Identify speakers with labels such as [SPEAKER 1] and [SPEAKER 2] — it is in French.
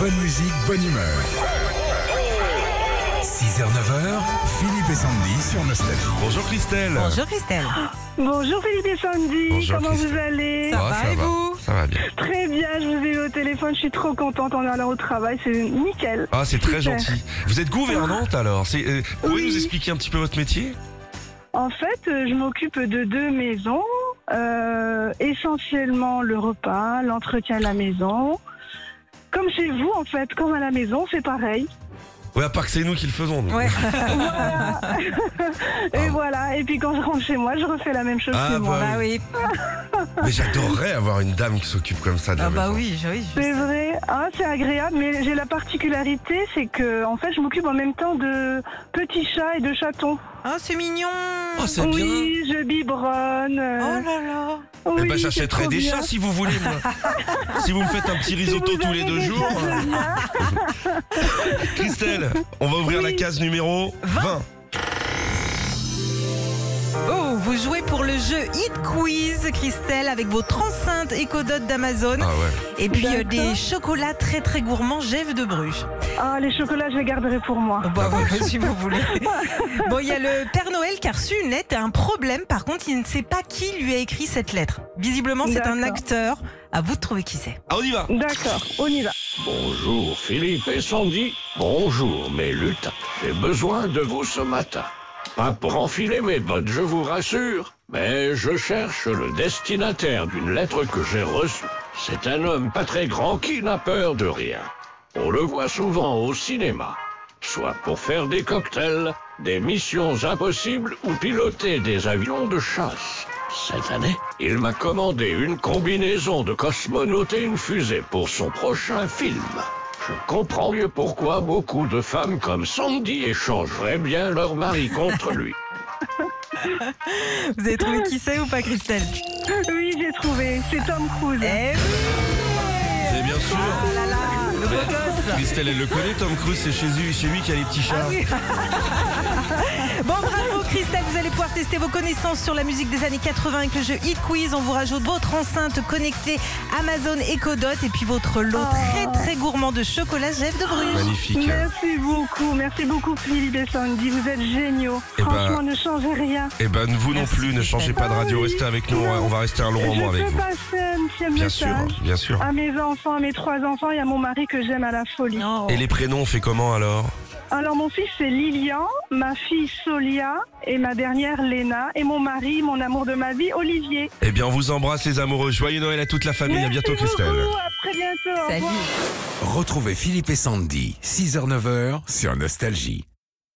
[SPEAKER 1] Bonne musique, bonne humeur. 6h, 9h, Philippe et Sandy sur Nostalgie.
[SPEAKER 2] Bonjour Christelle.
[SPEAKER 3] Bonjour Christelle.
[SPEAKER 4] Bonjour Philippe et Sandy,
[SPEAKER 2] Bonjour,
[SPEAKER 4] comment
[SPEAKER 2] Christelle.
[SPEAKER 4] vous allez
[SPEAKER 3] Ça va, et vous
[SPEAKER 2] Ça va bien.
[SPEAKER 4] Très bien, je vous ai eu au téléphone, je suis trop contente en allant au travail, c'est nickel.
[SPEAKER 2] Ah, c'est très
[SPEAKER 4] Super.
[SPEAKER 2] gentil. Vous êtes
[SPEAKER 3] Ah.
[SPEAKER 2] gouvernante alors c'est, euh, Vous pouvez
[SPEAKER 4] Oui.
[SPEAKER 2] nous expliquer un petit peu votre métier
[SPEAKER 4] En fait, euh, je m'occupe de deux maisons, euh, essentiellement le repas, l'entretien à la maison. Comme chez vous en fait, comme à la maison, c'est pareil.
[SPEAKER 2] Ouais, à part que c'est nous qui le faisons. nous.
[SPEAKER 3] Ouais.
[SPEAKER 4] Et voilà, et puis quand je rentre chez moi, je refais la même chose
[SPEAKER 2] Ah,
[SPEAKER 4] chez moi.
[SPEAKER 2] bah
[SPEAKER 3] Bah oui.
[SPEAKER 2] Mais j'adorerais avoir une dame qui s'occupe comme ça de la
[SPEAKER 3] Ah bah
[SPEAKER 2] maison.
[SPEAKER 3] oui, je- oui. je-
[SPEAKER 4] C'est vrai, ah, c'est agréable, mais j'ai la particularité, c'est que en fait, je m'occupe en même temps de petits chats et de chatons.
[SPEAKER 3] Ah c'est mignon.
[SPEAKER 2] Oh, c'est bien.
[SPEAKER 4] Oui, je biberonne.
[SPEAKER 3] Oh
[SPEAKER 4] euh,
[SPEAKER 3] là là.
[SPEAKER 2] Eh
[SPEAKER 4] oui,
[SPEAKER 2] ben,
[SPEAKER 4] c'est
[SPEAKER 2] j'achèterai
[SPEAKER 4] trop
[SPEAKER 2] des
[SPEAKER 4] bien.
[SPEAKER 2] chats si vous voulez, moi. si vous me faites un petit
[SPEAKER 4] Si
[SPEAKER 2] risotto
[SPEAKER 4] vous
[SPEAKER 2] tous les
[SPEAKER 4] avez
[SPEAKER 2] deux
[SPEAKER 4] des
[SPEAKER 2] jours.
[SPEAKER 4] chats,
[SPEAKER 2] euh,
[SPEAKER 4] j'aime bien.
[SPEAKER 2] Christelle, on va ouvrir
[SPEAKER 4] Oui.
[SPEAKER 2] la case numéro 20.
[SPEAKER 3] Oh, vous jouez pour le jeu Hit Quiz, Christelle, avec votre enceinte Ecodot d'Amazon
[SPEAKER 2] Ah ouais.
[SPEAKER 3] et puis euh,
[SPEAKER 4] D'accord.
[SPEAKER 3] des chocolats très très gourmands Jeff de Bruges.
[SPEAKER 4] Ah, les chocolats, je les garderai pour moi.
[SPEAKER 3] Oh, bah ouais, si vous voulez. Bon, il y a le Père Noël qui a reçu une lettre et un problème. Par contre, il ne sait pas qui lui a écrit cette lettre. Visiblement, c'est un
[SPEAKER 4] D'accord.
[SPEAKER 3] acteur. À vous de trouver qui c'est.
[SPEAKER 2] Ah, on y va.
[SPEAKER 4] D'accord, on y va.
[SPEAKER 5] Bonjour Philippe et Sandy. Bonjour mes lutins. J'ai besoin de vous ce matin. Pas pour enfiler mes bottes, je vous rassure, mais je cherche le destinataire d'une lettre que j'ai reçue. C'est un homme pas très grand qui n'a peur de rien. On le voit souvent au cinéma, soit pour faire des cocktails, des missions impossibles ou piloter des avions de chasse. Cette année, il m'a commandé une combinaison de cosmonautes et une fusée pour son prochain film. Je comprends mieux pourquoi beaucoup de femmes comme Sandy échangeraient bien leur mari contre lui.
[SPEAKER 3] Vous avez trouvé qui c'est ou pas, Christelle
[SPEAKER 4] Oui, j'ai trouvé, c'est Tom Cruise.
[SPEAKER 3] Eh oui
[SPEAKER 2] C'est bien sûr.
[SPEAKER 3] Ah là là, le beau gosse.
[SPEAKER 2] Christelle, elle le connaît, Tom Cruise, c'est chez lui, chez lui qu'il y a les petits chats.
[SPEAKER 3] Ah oui. Bon, bravo Christelle, vous allez pouvoir tester vos connaissances sur la musique des années 80 avec le jeu Hit Quiz. On vous rajoute votre enceinte connectée Amazon Echo Dot et puis votre lot très très gourmand de chocolat Jeff de Bruges.
[SPEAKER 2] Oh. Magnifique.
[SPEAKER 4] Merci beaucoup, merci beaucoup Philippe et Sandy, vous êtes géniaux.
[SPEAKER 2] Eh ben,
[SPEAKER 4] Franchement, ne changez rien.
[SPEAKER 2] Eh ben, vous non
[SPEAKER 3] Merci,
[SPEAKER 2] plus, ne changez
[SPEAKER 3] Christelle.
[SPEAKER 2] pas de radio,
[SPEAKER 4] Ah oui.
[SPEAKER 2] restez avec nous, on va- on va rester un long moment
[SPEAKER 4] je
[SPEAKER 2] avec
[SPEAKER 4] peux
[SPEAKER 2] vous.
[SPEAKER 4] passer un petit
[SPEAKER 2] Bien sûr,
[SPEAKER 4] message
[SPEAKER 2] bien sûr.
[SPEAKER 4] à mes enfants, à mes trois enfants et à mon mari que j'aime à la folie.
[SPEAKER 3] Oh.
[SPEAKER 2] Et les prénoms, on fait comment alors
[SPEAKER 4] Alors, mon fils, c'est Lilian, ma fille Solia et ma dernière Léna et mon mari, mon amour de ma vie, Olivier.
[SPEAKER 2] Eh bien, on vous embrasse les amoureux. Joyeux Noël à toute la famille. à
[SPEAKER 4] Merci
[SPEAKER 2] bientôt, Christelle.
[SPEAKER 4] beaucoup, à très bientôt. au revoir.
[SPEAKER 3] Salut
[SPEAKER 1] Retrouvez Philippe et Sandy, 6h, 9h sur Nostalgie.